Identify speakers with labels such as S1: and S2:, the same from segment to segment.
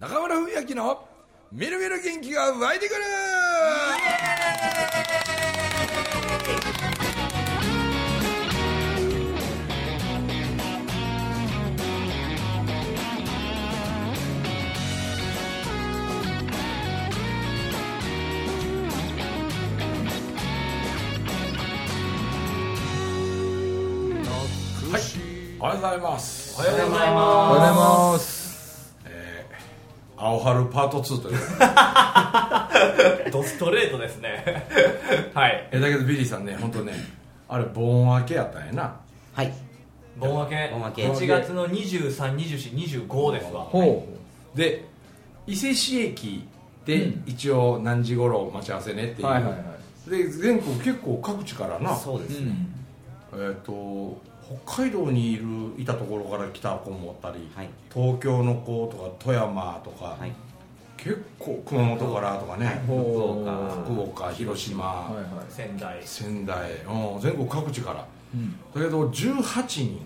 S1: 明のみるみる元気が湧いてくるはい、おはようございます。おはようございます。おはようございます。えー、青春パート2という。
S2: ドストレートですねはい
S1: えだけどビリーさんね本当ねあれ盆明けやったんやな
S3: はい
S2: 盆明け
S3: 盆明け
S2: 1月の232425ですわ
S1: ほうで伊勢市駅で一応何時頃待ち合わせねっていう、
S4: はいはいはい
S1: で全国結構各地からな
S3: そうです
S4: う
S3: ね、
S4: ん
S1: えっ、と北海道にいるいたところから来た子もおったり、
S3: はい
S1: 東京の子とか富山とか、
S3: はい
S1: 結構熊本からとかね、
S4: ほ
S3: 福
S4: う
S3: 岡
S1: 福岡広島、
S4: はいはい
S2: 仙台
S1: 仙台、うん、全国各地から
S4: うん
S1: だけど18人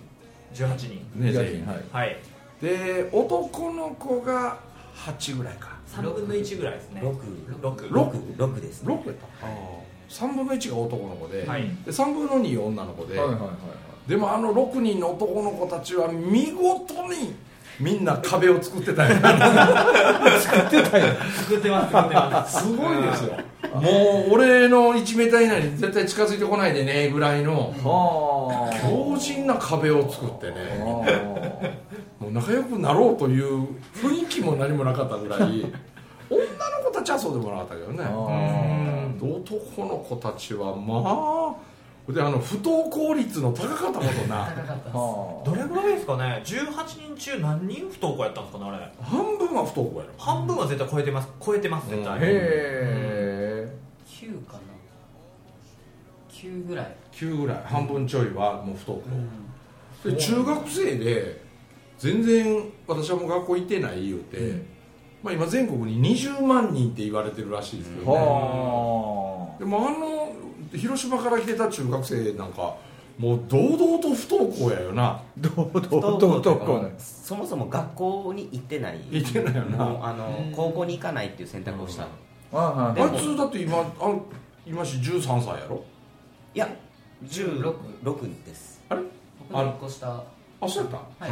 S2: 18人
S1: ね
S4: 東
S1: 全員
S4: はい
S2: はい
S1: で男の子が8ぐらいか
S2: 3分の1ぐらいですね
S3: 六
S2: 6
S1: 6
S3: 六ですね
S1: 6やった3分の1が男の子で,、
S2: はい
S1: で3分の2が女の子で、
S4: はいはいはいはい
S1: でもあの6人の男の子たちは見事にみんな壁を作ってたよね
S2: 作ってます作ってます
S1: すごいですよ もう俺の1メーター以内に絶対近づいてこないでねぐらいの
S4: はあ
S1: 強靭な壁を作ってねもう仲良くなろうという雰囲気も何もなかったぐらい女の子たちはそうでもなかったけどね
S4: あ
S2: うーん
S1: 男の子たちはまあであの不登校率の高かったことな
S4: は
S2: どれぐらいですかね18人中何人不登校やったんですかねあれ
S1: 半分は不登校やろ
S2: 半分は絶対超えてます超えてます絶
S1: う
S2: 対
S1: ん
S4: あへ
S5: 九かな九ぐらい
S1: 9ぐらい半分ちょいはもう不登校、で中学生で全然私はもう学校行ってない言うて、
S4: うん
S1: まあ、今全国に20万人って言われてるらしいですけ
S4: え
S1: どね、
S4: は
S1: でもあの広島から来てた中学生なんかもう堂々と不登校やよな
S4: あどう
S3: 不
S4: どうどうどう
S3: 登校っていうかそもそも学校に行ってない
S1: 行ってないよな
S3: もうあの高校に行かないっていう選択をした、
S1: うん
S3: い
S4: はい
S1: あいつだって今あん今し13歳やろ
S3: や16です
S1: あれ
S5: 僕の1個下は
S1: あそうやった
S5: い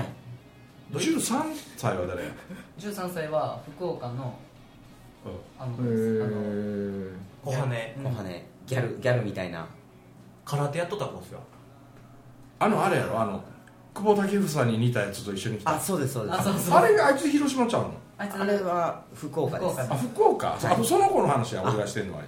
S1: 13歳は誰や
S5: 13歳は福岡の
S4: へ
S5: あのあの
S4: え
S2: 小羽
S3: もうねギャルギャルみたいな
S2: 空手やっとった子ですよ
S1: あのあれやろあの久保建英さんに似たやつと一緒に来た
S3: あそうですそうです
S5: あそうそう
S1: あれがあいつ広島ちゃうの
S5: あいつ
S3: あれは福岡です
S5: 福岡
S1: あ福岡、
S3: い
S1: あとその子の話や俺がしてんのは、うん、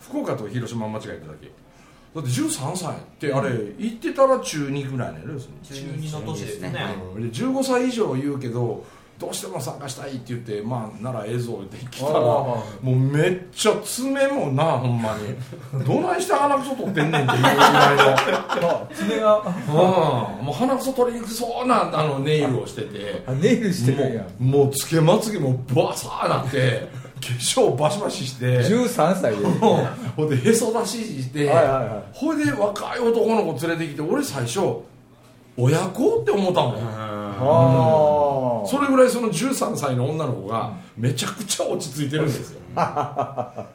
S1: 福岡と広島間違えただけだって13歳ってあれ、行ってたら中2ぐらいね要するに
S2: 中2の年ですね
S3: 中二ですねは
S1: で15歳以上言うけどどうしても参加したいって言ってまあならええぞって来たら
S4: あー
S1: もうめっちゃ爪もなほんまにどないして鼻くそ取ってんねんっていうぐらいの
S4: あ爪が
S1: うんもう鼻くそ取りにくそうなあのネイルをしてて
S4: あネイルしてるやん
S1: もうもうつけまつげもバサーなって化粧バシバシして
S4: 13歳で
S1: うんほんでへそ出しして、
S4: はいはいはい
S1: ほいで若い男の子連れてきて俺最初親子って思ったもん、
S4: はあ
S1: それぐらいその13歳の女の子がめちゃくちゃ落ち着いてるんですよ なあ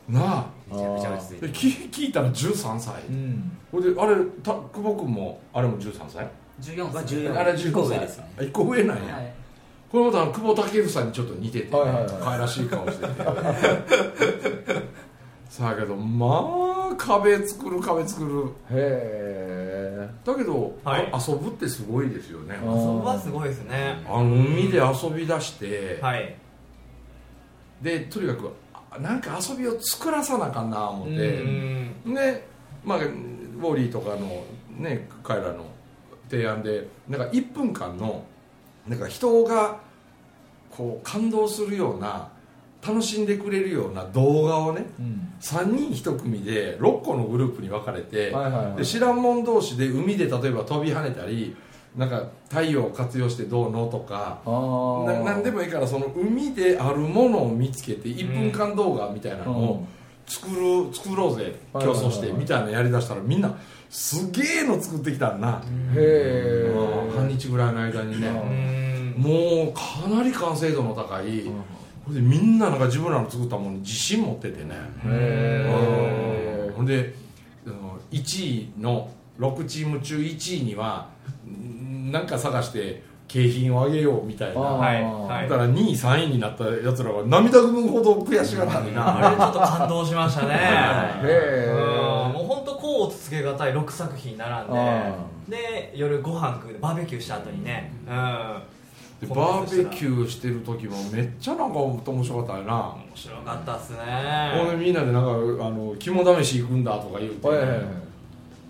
S3: めちゃくちゃ落ち着い
S1: で
S3: て
S1: 聞聞いたら13歳
S4: うん
S1: ほいであれた久保君もあれも13歳
S5: 14
S3: まあ
S5: 歳
S3: 14
S1: あれ15歳
S3: 一個上ですね
S1: あ一個上なんや、
S5: はい
S1: これまたあの久保建英さんにちょっと似てて、ね
S4: はいはいはい
S1: 可愛らしい顔してて さあけどまあ壁作る壁作る
S4: へえ
S1: だけど、
S2: はい
S1: あ遊ぶってすごいですよね
S4: う
S2: そ
S4: ん
S2: こはすごいですね
S1: あの海で遊び出して、
S2: はい
S1: でとにかくあなんか遊びを作らさなあかんな思って
S2: う、ん
S1: で、まあ、ウォーリーとかの、ね、彼らの提案でなんか1分間のなんか人がこう感動するような楽しんでくれるような動画をね
S4: うん
S1: 3人1組で6個のグループに分かれて、
S4: はいはいはい
S1: で知らん者同士で海で例えば飛び跳ねたりなんか太陽を活用してどうのとか
S4: あー
S1: な何でもいいからその海であるものを見つけて1分間動画みたいなのを作る、作ろうぜ競
S4: はいはいはい
S1: 争してみたいなのやりだしたらみんなすげえの作ってきたんな、
S4: へえ
S1: うん半日ぐらいの間にね、
S2: うん
S1: もうかなり完成度の高い、ほんでみんななんか自分らの作ったものに自信持っててね
S4: へ
S1: ほんであの1位の6チーム中1位にはんなんか探して景品をあげようみたい
S4: あー
S1: な
S2: はい
S1: だ
S2: はい
S1: から2位3位になったやつらは涙ぐむほど悔しがったんでな
S2: あれちょっと感動しましたね
S4: え
S2: うん
S4: へ
S2: もう本当こうつけがたい6作品並んでで夜ご飯食うバーベキューした後にねうん
S1: でバーベキューしてる時もめっちゃなんか面白かったよな
S2: 面白かったっすね
S1: ほんでみんなでなんかあの肝試し行くんだとか言うて、
S4: え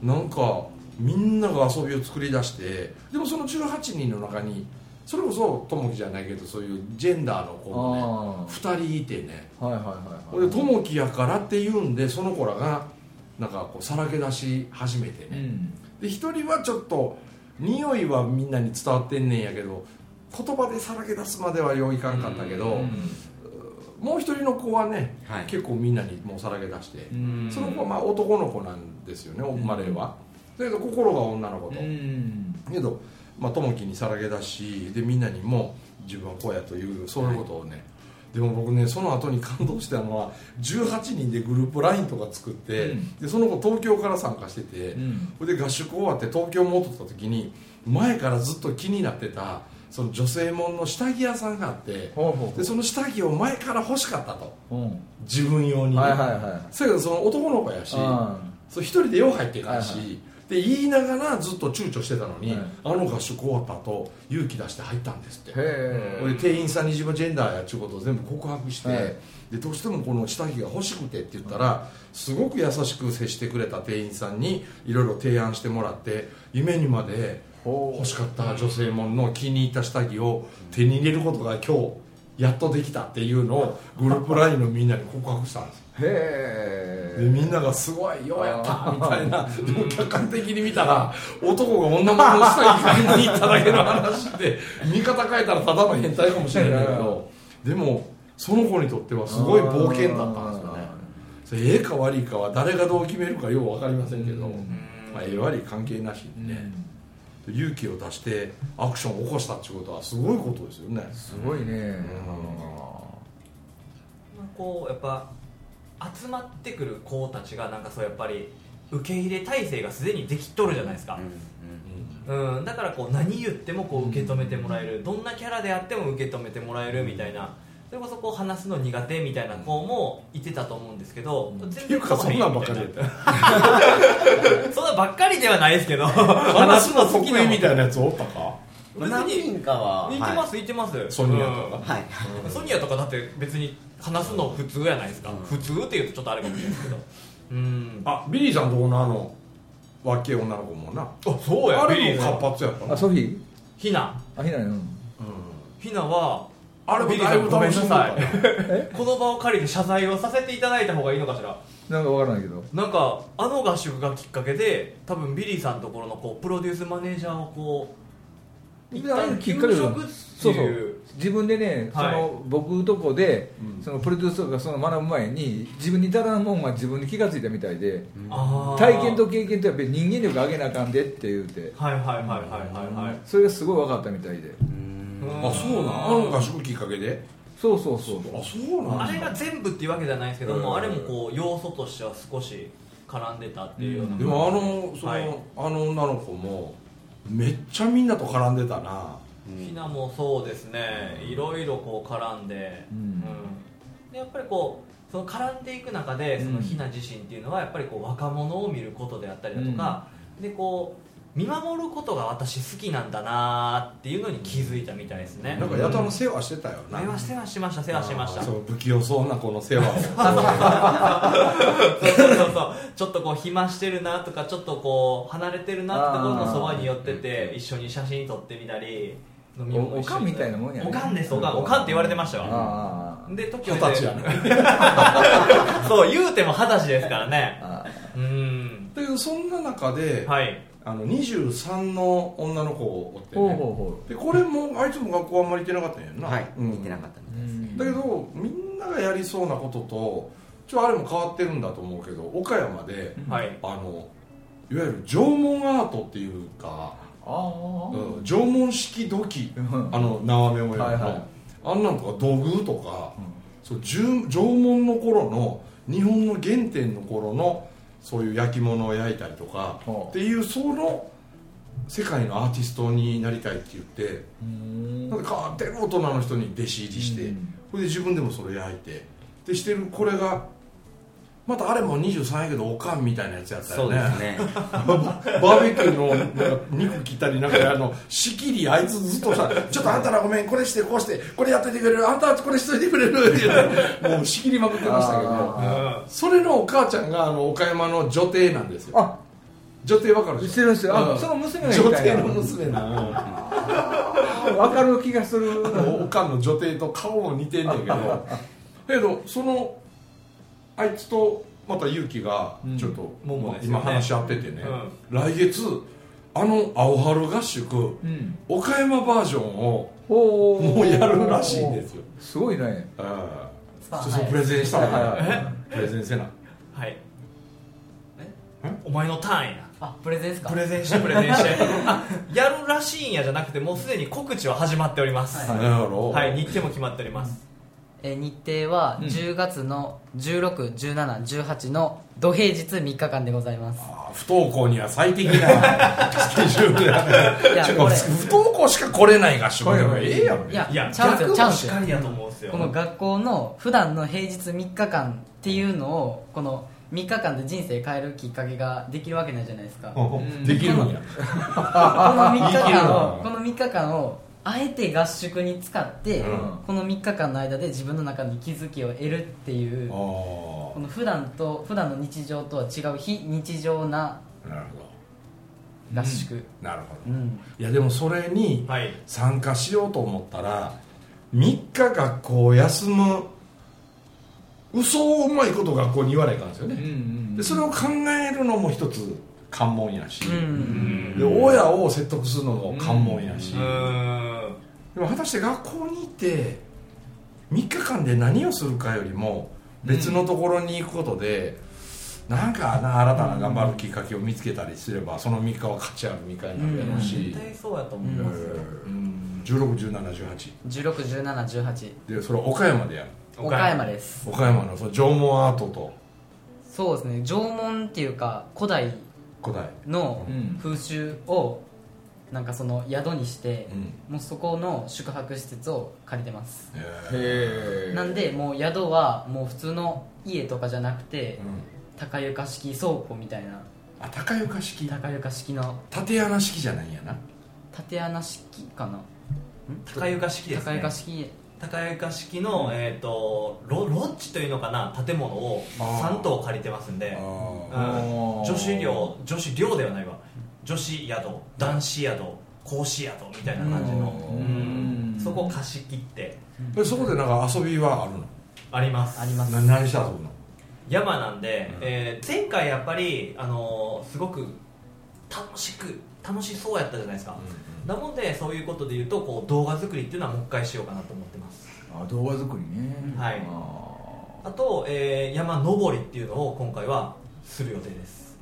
S1: なんかみんなが遊びを作り出してでもその18人の中にそれこそともきじゃないけどそういうジェンダーの子もね
S4: あ
S1: 2人いてね
S4: あはいはいはい
S1: ほ
S4: はい
S1: んでともきやからっていうんでその子らがなんかこうさらけ出し始めて
S4: う
S1: ね、
S4: ん
S1: で1人はちょっと匂いはみんなに伝わってんねんやけど言葉でさらけ出すまではよういかんかったけど、もう一人の子はね、
S3: はい
S1: 結構みんなにもうさらけ出して、
S4: うん
S1: その子はまあ男の子なんですよね生まれは、だけど心が女の子と、
S4: うん
S1: けど、まあ、友樹にさらけ出しでみんなにも自分はこうやというそういうことをね、でも僕ねその後に感動したのは18人でグループ LINE とか作って、
S4: うん
S1: でその子東京から参加してて、
S4: うん
S1: それで合宿終わって東京戻った時に前からずっと気になってたその女性もんの下着屋さんがあって
S4: ほうほう
S1: でその下着を前から欲しかったと
S4: うん
S1: 自分用にね、
S4: はいはいは
S1: そやけどその男の子やし
S4: いうん
S1: そう一人でよう入ってないし、
S4: はい
S1: で言いながらずっと躊躇してたのに、
S4: はい
S1: あの合宿終わった後勇気出して入ったんですって
S4: へ
S1: 俺店員さんに自分ジェンダーやっちゅうことを全部告白して、
S4: はい
S1: でどうしてもこの下着が欲しくてって言ったらすごく優しく接してくれた店員さんにいろいろ提案してもらって夢にまで
S4: ほ
S1: 欲しかった女性もんの気に入った下着を手に入れることが今日やっとできたっていうのをグループ LINE のみんなに告白したんです
S4: うへ
S1: で
S4: え
S1: みんながすごいようやったみたいなでも客観的に見たら男が女物の下着買いに行っただけの話で見方変えたらただの変態かもしれないけどでもその子にとってはすごい冒険だったんですよねそれええか悪いかは誰がどう決めるかよう分かりませんけど、まあ、ええ悪い関係なしにね、勇気を出してアクションを起こしたっていうことはすごいことですよね
S4: すごいね
S2: こうやっぱ集まってくる子たちがなんかそうやっぱり受け入れ体制がすでにできとるじゃないですか
S3: うん、
S2: うんだからこう何言ってもこう受け止めてもらえるどんなキャラであっても受け止めてもらえるみたいなそれこそこう話すの苦手みたいな子もいてたと思うんですけど全
S1: っ
S2: 然
S1: ていうかそんなんばっかりやっ
S2: み
S1: た
S2: たいなそんなんばっかりではないですけど
S1: 話の得
S2: な
S1: 意みたいなやつおったか
S2: 別
S3: 何
S2: に
S3: 人かは
S2: 行きます行ってます
S1: ソニアとか
S3: はい、はい
S2: うんソニアとかだって別に話すの普通やないですか
S3: うん
S2: 普通っていうとちょっとあれかもしれないですけどうんあ
S1: あビリーさんとこのあの若い女の子もな
S2: そうや
S1: あ
S2: ビリ
S1: れ
S2: ー
S1: も
S2: さん
S1: 活発やった
S4: あ
S1: な
S4: ソフィー
S2: ひな
S4: あひなの
S2: ひなは
S1: あれも
S2: ビリー
S1: だ
S2: さ
S1: い
S2: ん
S1: ぶ
S2: ごめん
S1: 楽
S2: な
S1: しんで
S2: さ
S1: た
S2: い
S1: ね
S2: この場を借りて謝罪をさせていただいた方がいいのかしら
S4: なんかわからないけど
S2: なんかあの合宿がきっかけで多分ビリーさんのところのこうプロデュースマネージャーをこう一旦休職っていう
S4: そうそう自分でね、
S2: はい
S4: その僕とこで、
S1: うん
S4: そのプロデュースとかその学ぶ前に自分に足らんもんは自分に気が付いたみたいで
S2: あー
S4: 体験と経験とやっぱり人間力上げなあかんでって言うて
S2: はいはいはいはいはいはい
S4: それがすごい分かったみたいで
S3: うん
S1: あそうなんあの合宿きっかけで
S4: そうそうそう
S1: あそうなん
S2: あれが全部っていうわけじゃないですけど
S1: う
S2: も
S1: ん
S2: あれもこう要素としては少し絡んでたっていうような
S1: でもあのその、
S2: はい
S1: あの女の子もめっちゃみんなと絡んでたな
S2: ひなもそうですねいろいろこう絡んで,、
S4: うん
S2: でやっぱりこうその絡んでいく中でそのひな自身っていうのはやっぱりこう若者を見ることであったりだとか、でこう見守ることが私好きなんだなーっていうのに気づいたみたいですね
S1: なんかやたら世話してたよな
S2: 世話世話しました世話しました
S1: あー
S2: そ
S1: そうう不器用そうな子の世話 を
S2: そうそうそうちょっとこう暇してるなとかちょっとこう離れてるなってところのそばに寄ってて一緒に写真撮ってみたり飲み物
S4: おお
S2: 一緒
S4: か
S2: に
S4: んみたいなもんやね
S2: おかんですおかんおかんって言われてましたよ
S4: あ
S2: で時
S1: 二
S2: を
S1: 十歳やね
S2: そう言うても二十歳ですからね
S4: ああ
S2: うーん
S1: だけどそんな中で、
S2: はい
S1: あの23の女の子をおって、
S4: ほうほ
S1: ね、
S4: うほ
S1: でこれもあいつも学校あんまり行ってなかったんやんな、
S3: はい、
S1: うん
S3: 行ってなかったみ
S4: う、
S3: たいです
S1: だ
S4: うん
S1: けどみんながやりそうなこととちょあれも変わってるんだと思うけど岡山で
S2: はい
S1: あのいわゆる縄文アートっていうか、
S4: ああ
S1: うん縄文式土器
S4: うん
S1: あの縄目模様の、
S4: はいはい
S1: あんなんとか土偶とか、そう縄縄文の頃の日本の原点の頃のそういう焼き物を焼いたりとか、
S4: はあ
S1: っていうその世界のアーティストになりたいって言って
S4: うん
S1: なんか変わってる大人の人に弟子入りして、
S4: うん
S1: それで自分でもそれ焼いてでしてるこれがまたあれも23やけどおかんみたいなやつやった
S3: そ
S1: よ
S3: う
S1: ね
S3: ですね
S1: バーベキューのなんか肉切ったりなんかあの仕切りあいつずっとさ「ちょっとあんたらごめんこれしてこうしてこれやっててくれるあんたはこれしといてくれる」 って言ってもう仕切りまくってましたけど
S2: あ
S1: それのお母ちゃんがあの岡山の女帝なんですよ
S4: あ
S1: 女帝わかるで
S4: 知っ
S1: してょ
S4: るんですよ
S1: う
S4: あ
S1: ん
S4: その娘がい
S1: 女
S4: たん
S1: 帝
S4: や
S1: の娘な
S4: 分かる気がする
S1: おかんの女帝と顔も似てんねんけどけどそのあいつとまた勇気が
S4: うん
S1: ちょっと、
S2: ももですよね
S1: 今話し合っててね、来月あの青春合宿
S4: うん
S1: 岡山バージョンを
S4: おー
S1: もうやるらしいんですよ
S4: すごいね
S1: あ
S5: あ
S1: あそうそうプレゼンしたのねプレゼンせな
S2: はいお前のターンや
S5: あプレゼンですか
S2: プレゼンしてプレゼンして あやるらしいんやじゃなくてもうすでに告知は始まっております
S1: な
S2: は
S1: る
S2: い、
S1: ほど
S2: 日程も決まっております
S5: えー日程は
S4: うん
S5: 10月の161718の土平日3日間でございます
S1: ああ不登校には最適なスケジュールやね
S5: いや
S1: ちゅうか
S5: これ
S1: 不登校しか来れない合宿でもええやんね
S5: いや
S2: いや
S5: チャンスよチ
S2: 逆
S5: ャ
S2: も
S5: ンス
S2: し
S5: よ
S2: かりやと思うんですよ
S5: この学校の普段の平日3日間っていうのをこの3日間で人生変えるきっかけができるわけないじゃないですかこの
S1: うん できるんや
S5: 3日
S1: いける
S5: 間
S1: な
S5: をこの3日間をあえて合宿に使って、
S1: うん
S5: この3日間の間で自分の中に気づきを得るっていう
S1: あ
S5: この普段と普段の日常とは違う非日常な
S1: あなるほ
S5: 合宿、
S1: どなるほど
S5: うん
S1: いやでもそれに
S2: はい
S1: 参加しようと思ったら3日学校を休む嘘をうまいこと学校に言わないかんですよね、でそれを考えるのも一つ関門やし、
S5: うん
S1: で親を説得するのも関門やし、
S2: うーん
S1: でも果たして学校に行って3日間で何をするかよりも別のところに行くことで、なんかな新たな頑張るきっかけを見つけたりすればその3日は価値ある3日になるやろう
S2: 絶
S1: し、
S2: 対そうやと思いますよ、
S1: 161718
S5: 161718
S1: でそれは岡山でやる
S5: 岡山です
S1: 岡山のその縄文アートと
S5: そうですね縄文っていうか古代
S1: 古代、
S5: の
S4: うん
S5: 風習をなんかその宿にして
S1: うん
S5: もうそこの宿泊施設を借りてます
S1: え
S4: へえ
S5: なんでもう宿はもう普通の家とかじゃなくて
S1: ーうん、
S5: 高床式倉庫みたいな
S1: あ高床式
S5: 高床式の
S1: 縦穴式じゃないんやな
S5: 縦穴式かな
S2: 高床式です、ね、
S5: 高床式
S2: 高床式の、えー、とロロッジというのかな建物を
S1: あー
S2: 3棟借りてますんで、うん、
S1: あ
S4: ー
S2: 女子寮女子寮ではないわ女子宿男子宿講師宿みたいな感じの、
S1: うん
S2: うんそこ貸し切って
S1: でそこでなんか遊びはあるの
S2: あります
S5: あります
S1: な何して遊ぶの
S2: 山なんで、えー前回やっぱり、あのーすごく楽しく楽しそうやったじゃないですか、なもんでそういうことで言うとこう動画作りっていうのはもう一回しようかなと思ってます
S4: あ動画作りね
S2: はい
S4: あ
S2: あと、えー山登りっていうのを今回はする予定です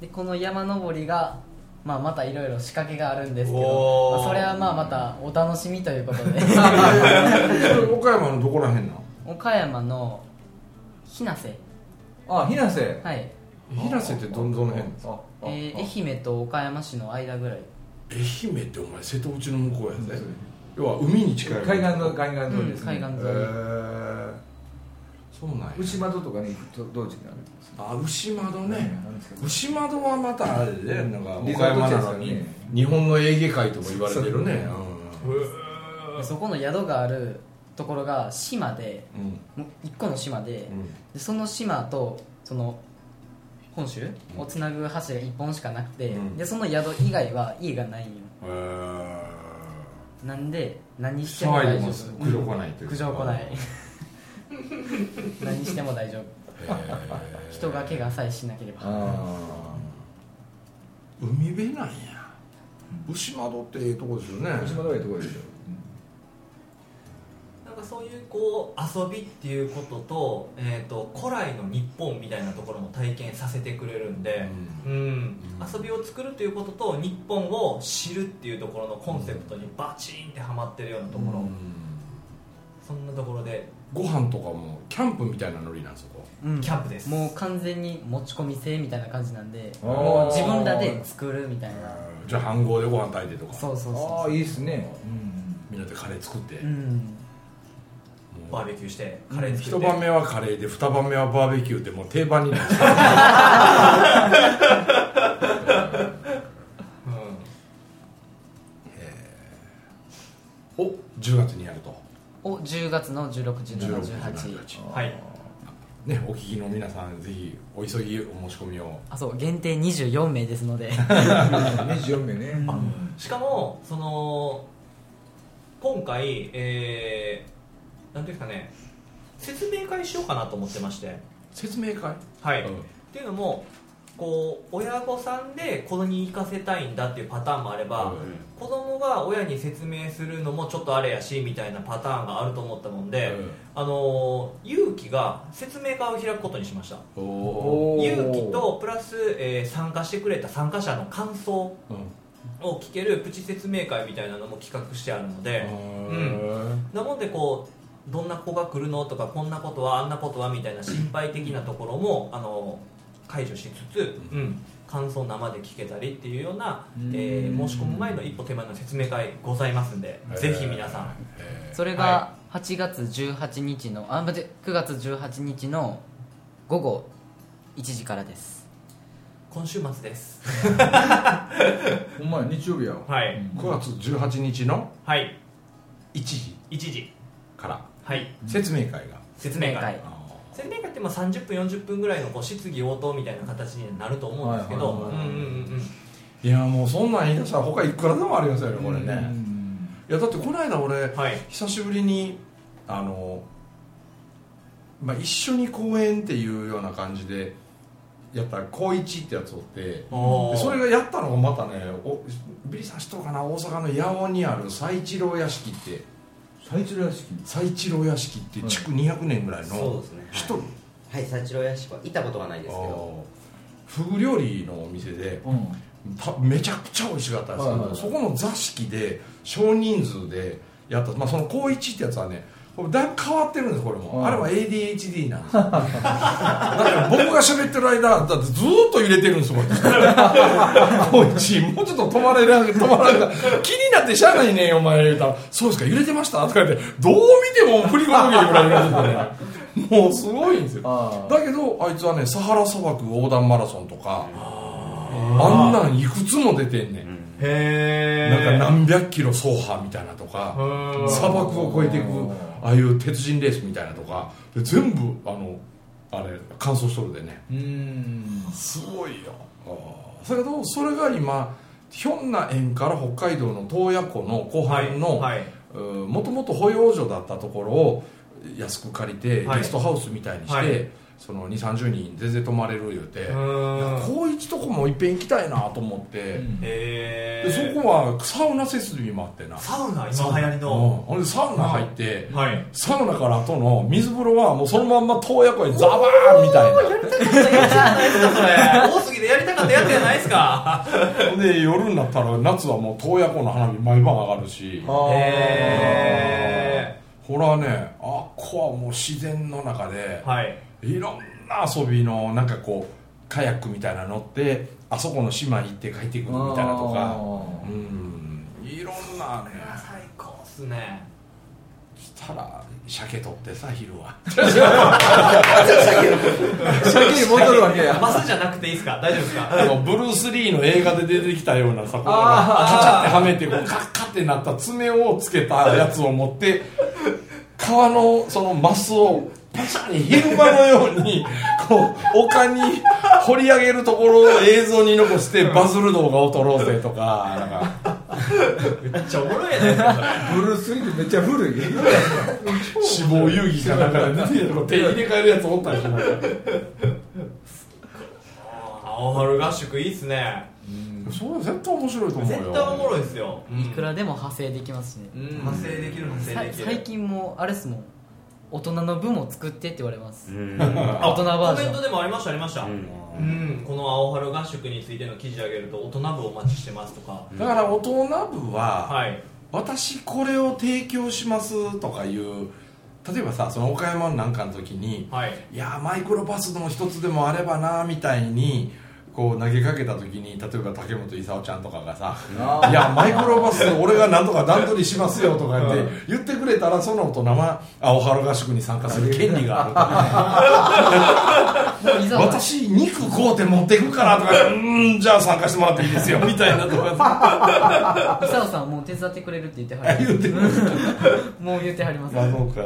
S5: でこの山登りが、まあ、またいろいろ仕掛けがあるんですけど、
S2: おー
S5: まあそれはまあまたお楽しみということで
S1: それ岡山のどこらへんな
S5: 岡山の日生
S4: ーあひなせ
S5: はい、
S1: の平瀬ってどんどの辺です
S4: あ
S5: えー、愛媛と岡山市の間ぐらい
S1: 愛媛ってお前瀬戸内の向こうやぜ要は海に近い
S4: 海岸の
S1: 海
S4: 海岸沿いですね
S5: うん
S1: え
S5: 海岸
S1: ーそうなんや
S4: 牛窓とかに行くと同時になるんです
S1: あ牛窓ね
S4: なんですけど
S1: 牛窓はまたあれでなんか
S4: リゾ
S1: 岡山
S4: ート地で
S1: な
S4: す
S1: の
S4: よね
S1: に日本のエーゲ海とも言われてるね
S5: でそこの宿があるところが島で
S1: うんうん
S5: もう一個の島で
S1: うん
S5: でその島とその本州をつなぐ橋が1本しかなくて、
S1: うん
S5: でその宿以外は家がないんよ
S1: えー
S5: なんで何しても
S1: 騒い
S5: 大
S1: で
S5: 丈
S1: も
S5: 夫
S1: 苦情来ないというか
S5: 苦情来ない何しても大丈夫
S1: えー
S5: 人が怪我さえしなければ
S4: あ
S1: 海辺なんや牛窓ってええとこですよね
S4: あ牛窓がいいところでしょ
S2: なんかかそういうこう遊びっていうことと,、えー、と古来の日本みたいなところも体験させてくれるんで、うん遊びを作るということと日本を知るっていうところのコンセプトにバチーンってはまってるようなところ、そんなところで
S1: ご飯とかもキャンプみたいなノリなんですよこ
S5: うん
S2: キャンプです
S5: もう完全に持ち込み制みたいな感じなんで
S4: あー
S5: もう自分らで作るみたいな
S1: うじゃあ飯盒でご飯炊いてとか
S5: そうそう
S4: あ
S5: そ
S4: あ
S5: う
S4: いいですね
S1: みんなでカレー作って、
S5: う、ん、
S1: も
S2: バーベキューしてカレー
S1: う
S2: 作
S1: 一
S2: って、
S1: 晩目はカレーで二晩目はバーベキューでもう定番になっちゃう
S2: うん
S1: お10月にやると
S5: を10月の
S1: 16
S5: 161718
S1: 18
S2: はい、
S1: ねお聞きの皆さんぜひお急ぎお申し込みを
S5: あそう限定24名ですので
S4: 24名ね
S2: あしかもその今回、えー、なんていうんですかね説明会しようかなと思ってまして、
S1: 説明会
S2: はい
S1: うん
S2: っていうのもこう親御さんで子供に行かせたいんだっていうパターンもあれば、
S1: うん
S2: 子供が親に説明するのもちょっとあれやしみたいなパターンがあると思ったもんで、あのー勇気が説明会を開くことにしました
S1: うんおー
S4: おー
S2: 勇気とプラス、えー参加してくれた参加者の感想
S1: う
S2: を聞けるプチ説明会みたいなのも企画してあるので、
S1: ん
S2: なもんでこうどんな子が来るのとかこんなことはあんなことはみたいな心配的なところもあの解除しつつ、うん、感想生で聞けたりっていうような、えー申し込む前の一歩手前の説明会ございますんで、ぜひ皆さん、
S1: え
S5: それが8月18日のあ待って9月18日の午後1時からです
S2: 今週末です。
S4: ほんまや日曜日やわ
S2: はい、
S1: ー9月18日の
S2: はい、
S1: 1時
S2: 1時、
S1: から
S2: はい、
S1: 説明会が
S2: 説明会。
S5: 明
S1: あ
S2: 説明会ってまあ30分40分ぐらいのこう質疑応答みたいな形になると思うんですけど、
S4: は
S2: う
S4: い
S2: んうん
S4: はいはい
S2: うんうん。
S1: ーいやもうそんなん言い出したら他いくらでもありますよねこれ
S4: う
S1: ね
S4: ん
S1: いやだってこの間俺
S2: はい。
S1: 久しぶりにあの、まあ、一緒に公演っていうような感じでやった高一ってやつおって
S2: お
S1: で
S2: ー
S1: それがやったのがまたねおビリーさん知っとるかな大阪の八尾にある佐一郎屋敷って
S4: 最中らしき
S1: 佐一郎屋敷って築200年ぐらい
S3: そう
S1: の
S3: ですね
S1: 一人、
S3: はい幸郎屋敷は行ったことはないですけど
S1: フグ料理のお店で
S4: うん
S1: ためちゃくちゃ美味しかったんですけど、
S4: はいはいはい
S1: そこの座敷で少人数でやった、まあ、その高一ってやつはねこれだいぶ変わってるんですこれも、
S4: はい
S1: あれは ADHD なんですよ だから僕が喋ってる間だってずーっと揺れて るんですもん高一もうちょっと止まれな止まらな気になってしゃあないねんお前言うたら「そうですか揺れてました?」とか言ってどう見ても振り子時計ぐらい揺れててね もうすごいんですよ
S4: ああ
S1: だけどあいつはねサハラ砂漠横断マラソンとかあんなんいくつも出てんねん、
S2: へ
S1: な
S2: ー
S1: んか何百キロ走破みたいなとか、
S2: うん
S1: 砂漠を越えていく
S4: うん
S1: ああいう鉄人レースみたいなとかで全部あのあれ完走しとるでね
S4: うん
S1: すごいよだけどそれが今ひょんな縁から北海道の洞爺湖の後
S2: は
S1: 半
S2: い
S1: の、
S2: はい、
S1: もともと保養所だったところを安く借りて、
S2: はい
S1: ゲストハウスみたいにして、
S2: はい
S1: その2 3 0人全然泊まれる言うて、
S2: うん
S1: 高一とこもいっぺん行きたいなと思って、
S2: へ
S1: で
S2: ー
S1: そこはサウナ設備もあってな
S2: サウナ今流行りの、
S1: うんほんでサウナ入って、
S2: はい
S1: サウナから後の水風呂はもうそのまんま洞爺湖にザバーンみたいな
S2: 大杉でやりたかったやつじゃないです か
S1: ほんで夜になったら夏はもう洞爺湖の花火毎晩上がるし
S4: あー
S2: へ
S1: ほらねあっこはもう自然の中で
S2: ーはい
S1: いろんな遊びのなんかこうカヤックみたいなの乗ってあそこの島に行って帰ってくるみたいなと
S4: あ
S1: かう
S4: ー
S1: んいろんなね
S2: 最高っすね
S1: したら鮭取ってさ昼は
S4: 先に戻るわけや
S2: バスじゃなくていいですか大丈夫ですか
S1: でもブルース・リーの映画で出てきたようなさこう
S2: あ
S1: カチャってはめてこうカッカってなった爪をつけたやつを持って川のそのマスをパシャに昼間のように こう丘に掘り上げるところを映像に残してバズる動画を撮ろうぜとかなんか。
S2: めっちゃおもろいやないですかそれ
S4: ブルース・リーってめっちゃ古い
S1: 死亡遊戯かなんかで出てるの手入れ替えるやつおったりしない
S2: 青春合宿いいっすね
S4: う
S1: うんそれは絶対面白いと思うよ
S2: 絶対おもろいですよ、うん
S5: いくらでも派生できますしね、
S2: うん派生できる派生
S5: さ
S2: できる
S5: 最近もあれっすもん大人の部も作ってって言われます、
S3: うん
S5: 大人バージョン
S2: コメントでもありましたありました、うんこの青春合宿についての記事あげると大人部お待ちしてますとか、
S1: だから大人部は、
S2: はい
S1: 私これを提供しますとかいう例えばさその岡山なんかの時に、
S2: はい
S1: いやーマイクロパスの一つでもあればなーみたいにこう投げかけた時に例えば竹本勲ちゃんとかがさ「
S4: あー
S1: いやマイクロパス俺がなんとか段取りしますよ」とかって言ってくれたらその大人は青春合宿に参加する権利が ある
S5: 伊沢さん
S1: 私肉買うて持ってくからとか「うーんじゃあ参加してもらっていいですよ」みたいなとかさ
S5: 伊沢さんもう手伝ってくれるって言ってはり
S1: 言ってくれ る
S5: もう言ってはります
S1: まあそうか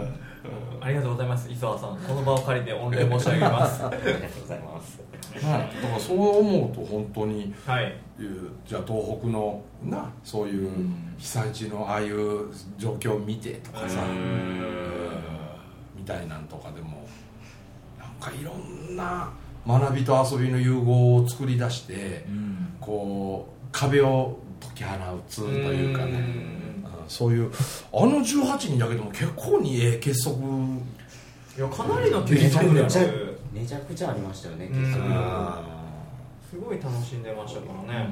S2: ありがとうございます磯沢さんこの場を借りて御礼申し上げます
S3: ありがとうございます
S1: はいだからそう思うと本当に
S2: はい
S1: いうじゃあ東北のなそういう被災地のああいう状況を見てとかさみたいなんとかでもなんかいろんな学びと遊びの融合を作り出して
S4: うん
S1: こう壁を解き放つというかね
S2: うん
S1: うんそういうあの18人だけでも結構にええ結束
S2: いやかなりの結束
S1: め
S2: 力
S1: ち
S2: す
S1: ゃ
S3: めちゃくちゃありましたよね
S2: うん
S3: 結局
S2: ごい楽しんでましたからね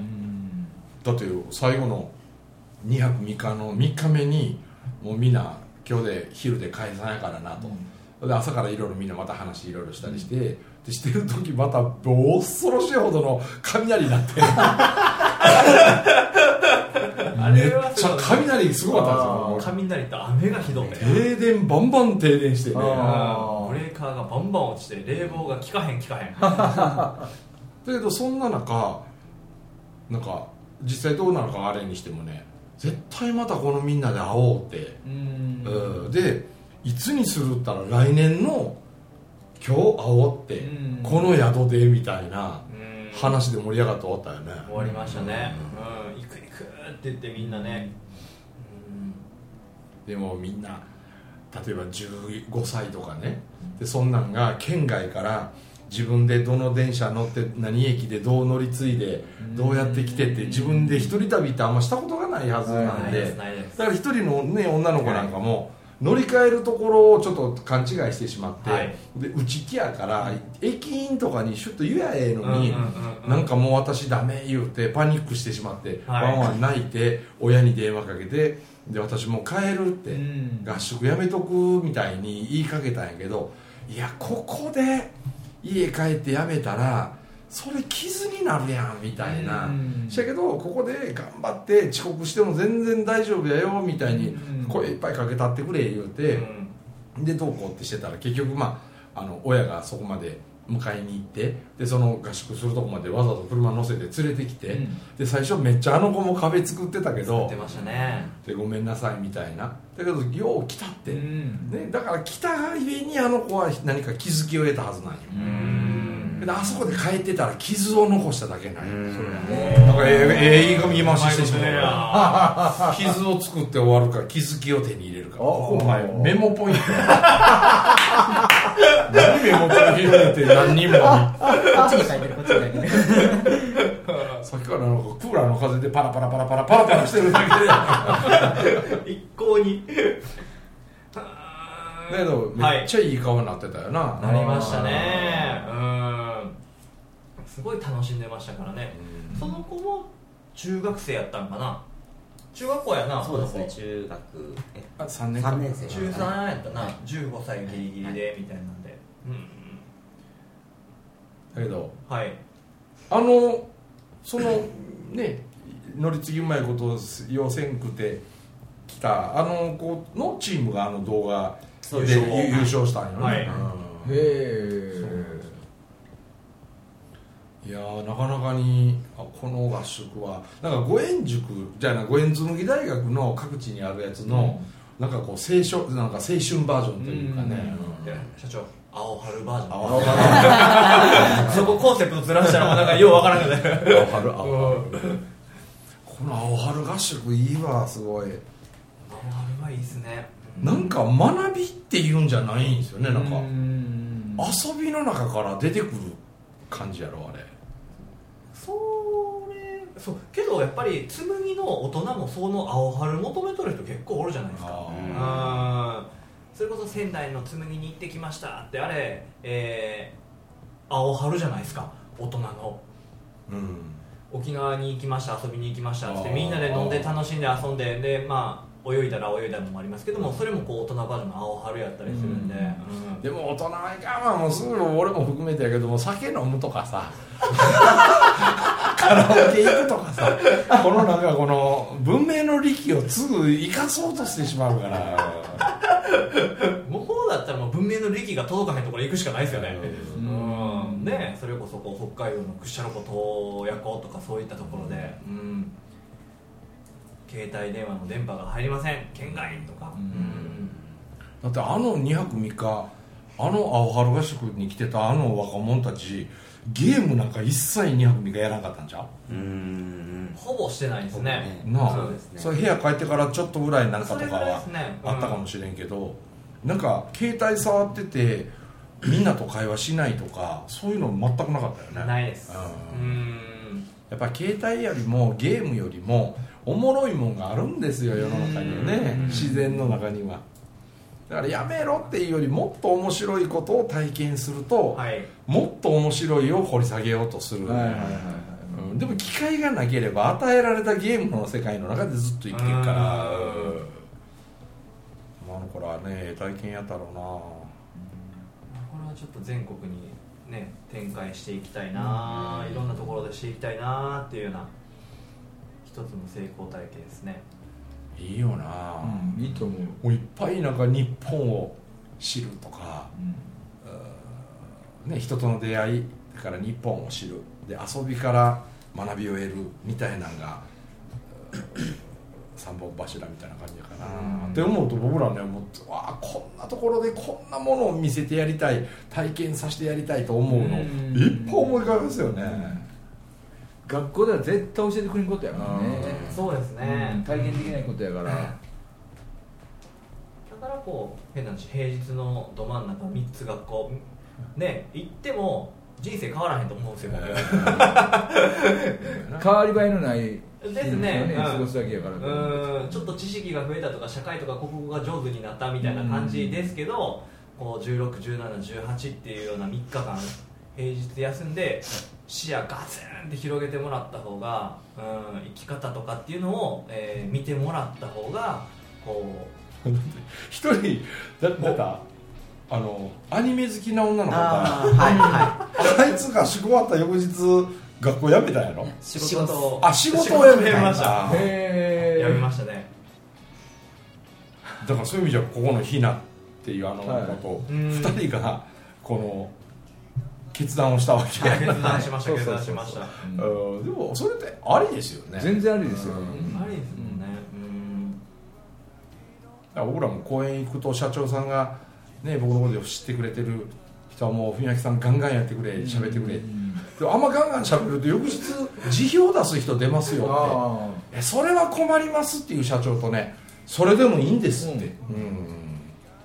S1: だって最後の2泊3日の3日目にもうみんな今日で昼で解散やからなと、で朝からいろいろみんなまた話いろいろしたりして、でしてる時また恐ろしいほどの雷鳴って
S2: あ
S1: めっ
S2: れは
S1: ちゃ雷すごかったんで
S2: 雷と雨がひどく
S1: す
S2: て
S1: よもう停電バンバン停電してね
S4: あー
S2: ブレーカーがバンバン落ちて冷房が効かへん効かへん
S1: だけどそんな中なんか実際どうなのかあれにしてもね絶対またこのみんなで会おうって
S4: うん
S1: うんでいつにするったら来年の今日会おうって、
S4: うん
S1: この宿でみたいな
S2: うん
S1: 話で盛り上がって終わったよね
S2: 終わりましたね、うん、行く行くって言ってみんなね、
S1: でもみんな例えば15歳とかねでそんなんが県外から自分でどの電車乗って何駅でどう乗り継いでどうやって来てって自分で一人旅ってあんましたことがないはずなん
S2: ない
S1: で、
S2: ですないです
S1: だから一人の、ね、女の子なんかも乗り換えるところをちょっと勘違いしてしまって、
S2: はい
S1: で内気やから駅員とかにシュッと言えやええ
S2: うんう
S1: の
S2: ん
S1: に、
S2: うん
S1: なんかもう私ダメ言うてパニックしてしまって、
S2: はい
S1: ワンワン泣いて親に電話かけてで私もう帰るって、
S4: うん
S1: 合宿やめとくみたいに言いかけたんやけどいやここで家帰ってやめたらそれ傷になるやんみたいな。
S4: うん
S1: しやけどここで頑張って遅刻しても全然大丈夫やよみたいに
S4: うん
S1: 声いっぱいかけたってくれ言う
S2: う
S1: て
S2: ん
S1: でどうこうってしてたら結局まああの親がそこまで迎えに行ってでその合宿するとこまでわざと車乗せて連れてきて
S4: うん
S1: で最初めっちゃあの子も壁作ってたけ
S2: 言っ
S1: ど
S2: てましたね
S1: でごめんなさいみたいなだけどよう来たって
S4: う
S1: ね
S4: ん
S1: だから来たがゆえにあの子は何か気づきを得たはずなんよ
S2: うん
S1: であそこで帰ってたら傷を残しただけなんよ
S3: うん
S1: なんかええええ言い込み回ししてしま
S2: うまいこと
S1: う
S2: や
S1: 傷を作って終わるか気づきを手に入れるか
S4: あ
S1: ここ
S4: はい
S1: メモポイント 何メモポイントって何人も
S5: こっちに書いてるこっちに書いてる
S1: さっきからなんかクーラーの風でパラパラパラパラパラパラしてるだ
S2: 一向に
S1: け
S2: はー
S1: でだけど
S2: は
S1: めっ
S2: い
S1: ちゃいい顔になってたよな、
S2: なりましたねうんすごい楽しんでましたからねその子も中学生やったんかな中学校やな
S3: そうですね中学え
S1: あ3年
S3: 3年生
S2: 中3やったな15歳ギリギリでみたいなんでうん
S1: だけど
S2: はい
S1: あのそのね乗り継ぎうまいこと要せんくて来たあの子のチームがあの動画で
S2: そう
S1: 優
S2: 優
S1: 勝
S2: 勝
S1: したんよね、
S2: はい
S1: うん
S4: へえ
S1: いやーなかなかにあこの合宿はなんか五円塾じゃあな五円紬大学の各地にあるやつの、なんかこう青春なんか青春バージョンというかね、うん
S2: で社長青春バージョン
S1: 青春
S2: そこコンセプトずらしたらもうなんかようわからんくなる
S1: 青春 青春この青春合宿いいわすごい
S2: 青春はいいですね
S1: なんか学びっていうんじゃないんですよねなんか
S4: うん
S1: 遊びの中から出てくる感じやろあれ
S2: それそうけどやっぱり紬の大人もその青春求めとる人結構おるじゃないですか
S1: あー
S2: うんそれこそ仙台の紬に行ってきましたってあれ、えー青春じゃないですか大人の
S1: うん
S2: 沖縄に行きました遊びに行きましたっつって
S1: あー
S2: みんなで飲んで楽しんで遊んででまあ泳いだら泳いだのもありますけどもそれもこう大人バージョンの青春やったりするんで、
S4: う
S2: うん
S1: でも大人がまあもうすぐ俺も含めてやけども酒飲むとか さカラオケ行くとかさこのなんかこの文明の利器をすぐ生かそうとしてしまうから
S2: 向こうだったらもう文明の利益が届かへんところ行くしかないですよね、
S1: う
S2: うんね、それこそこう北海道の屈斜路湖洞爺湖とかそういったところで、うん携帯電話の電波が入りません県外とか、うん
S1: だってあの2泊3日あの青春合宿に来てたあの若者たちゲームなんか一切2泊3日やらなかったんじゃん
S3: うん
S2: ほぼしてないですね
S3: ほぼね
S1: なあ
S2: そうです
S3: ね
S1: それ部屋帰ってからちょっとぐらいなんか
S2: そ
S1: と
S2: れぐ
S1: から
S2: いで
S1: は
S2: すね
S1: あったかもしれんけど、なんか携帯触っててみんなと会話しないとかそういうの全くなかったよね
S2: ないです
S1: う
S2: うんん
S1: やっぱ携帯よりもゲームよりもおもろいもんがあるんですよ世の中にはね
S2: うん
S1: 自然の中にはだからやめろっていうよりもっと面白いことを体験すると、
S2: はい
S1: もっと面白いを掘り下げようとする、
S4: はいはいはい
S1: うんでも機会がなければ与えられたゲームの世界の中でずっと生きてるから
S2: うん
S1: 今の頃はね体験やったろ
S2: これはちょっと全国にね展開していきたいな、いろんなところでしていきたいなっていうような一つの成功体験ですね
S1: うないいよな、
S4: うんいいと思う、
S1: もういっぱいなんか日本を知るとか、ね、人との出会いだから日本を知るで遊びから学びを得るみたいなのが うん三本柱みたいな感じだから
S2: うん
S1: って思うと僕らねもうわあこんなところでこんなものを見せてやりたい体験させてやりたいと思うの
S4: う
S1: いっ
S4: ん
S1: ぱい思い浮かべますよね、
S4: 学校では絶対教えてくれんことやからね
S1: うん
S2: そうですね、
S4: うん体験できないことやから
S2: だからこう変な話平日のど真ん中3つ学校ね行っても人生変わらへんと思うんですよ、
S4: 変わり映えのない
S2: です
S4: 日々を
S2: ねうん
S4: 過ごすだけやから
S2: うんちょっと知識が増えたとか社会とか国語が上手になったみたいな感じですけど、こう161718っていうような3日間平日休んで視野ガツンって広げてもらった方が、うん、生き方とかっていうのを、えー見てもらった方がこ
S1: 一人だだってあのアニメ好きな女の子が
S5: あーはいは
S1: あいつが宿終わった翌日学校辞めたんやろ
S5: い
S2: う仕事を
S1: あ仕事を辞め
S2: 仕事を辞め
S1: ま
S2: ま
S1: し
S2: したた
S4: へえ
S2: やめましたね
S1: だからそういう意味じゃここのひなっていうあの子と
S2: うん
S1: 2人がこの決断をしたわけや
S2: 決断しました
S4: はい
S2: 決断しましたあ
S1: うんでもそれってありですよね
S4: 全然ありですよ、
S1: うん
S2: りですもんねうん
S1: だから僕らも公園行くと社長さんが、ね、僕のことを知ってくれてる人はもう文明さんガンガンやってくれ喋ってくれ、でもあんまガンガン喋ると翌日辞表出す人出ますよって
S4: あ
S1: えそれは困りますっていう社長とねそれでもいいんですって、うん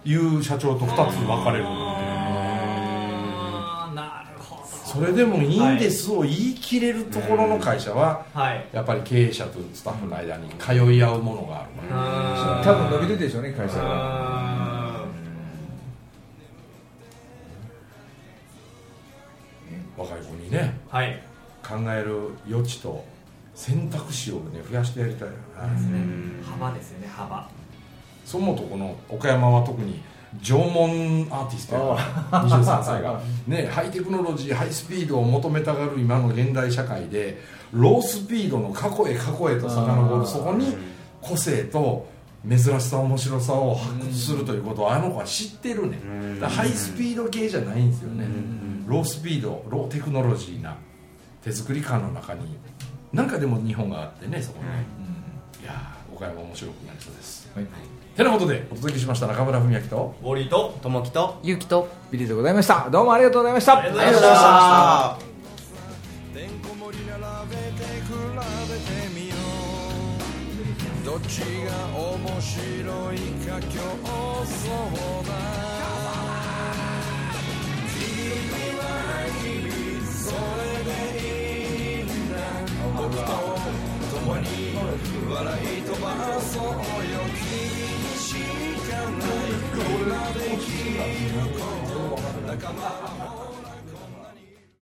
S1: いう社長と2つに分かれる
S2: あーなるほど
S1: それでもいいんですを言い切れるところの会社は
S2: はい
S1: やっぱり経営者とスタッフの間に通い合うものがあるから
S4: あ
S2: 多
S4: 多分伸びるでしょうね会社が
S1: 若い子にね
S2: はい
S1: 考える余地と選択肢をね増やしてやりたいよね
S2: 幅ですよね幅
S1: そう思うとこの岡山は特に縄文アーティストやから23歳がねハイテクノロジーハイスピードを求めたがる今の現代社会でロースピードの過去へ過去へと遡
S4: あー
S1: るそこに個性と珍しさ面白さを発掘するということをあの子は知ってるねだからハイスピード系じゃないんですよねロースピードローテクノロジーな手作り感の中になんかでも日本があってねそこね、いやー岡山面白くなりそうです
S4: はい
S1: てなことでお届けしました中村文明と
S2: ウォリーと
S3: ともきと
S5: い勇気と
S4: ビリーでございましたどうもありがとうございました
S2: ありがとうございました
S3: ありがとうございました
S6: てんこ盛り並べて比べてみようどっちが面白いか競争だ君は君それでいいんだ僕とそうよ君にしかない今できること仲間は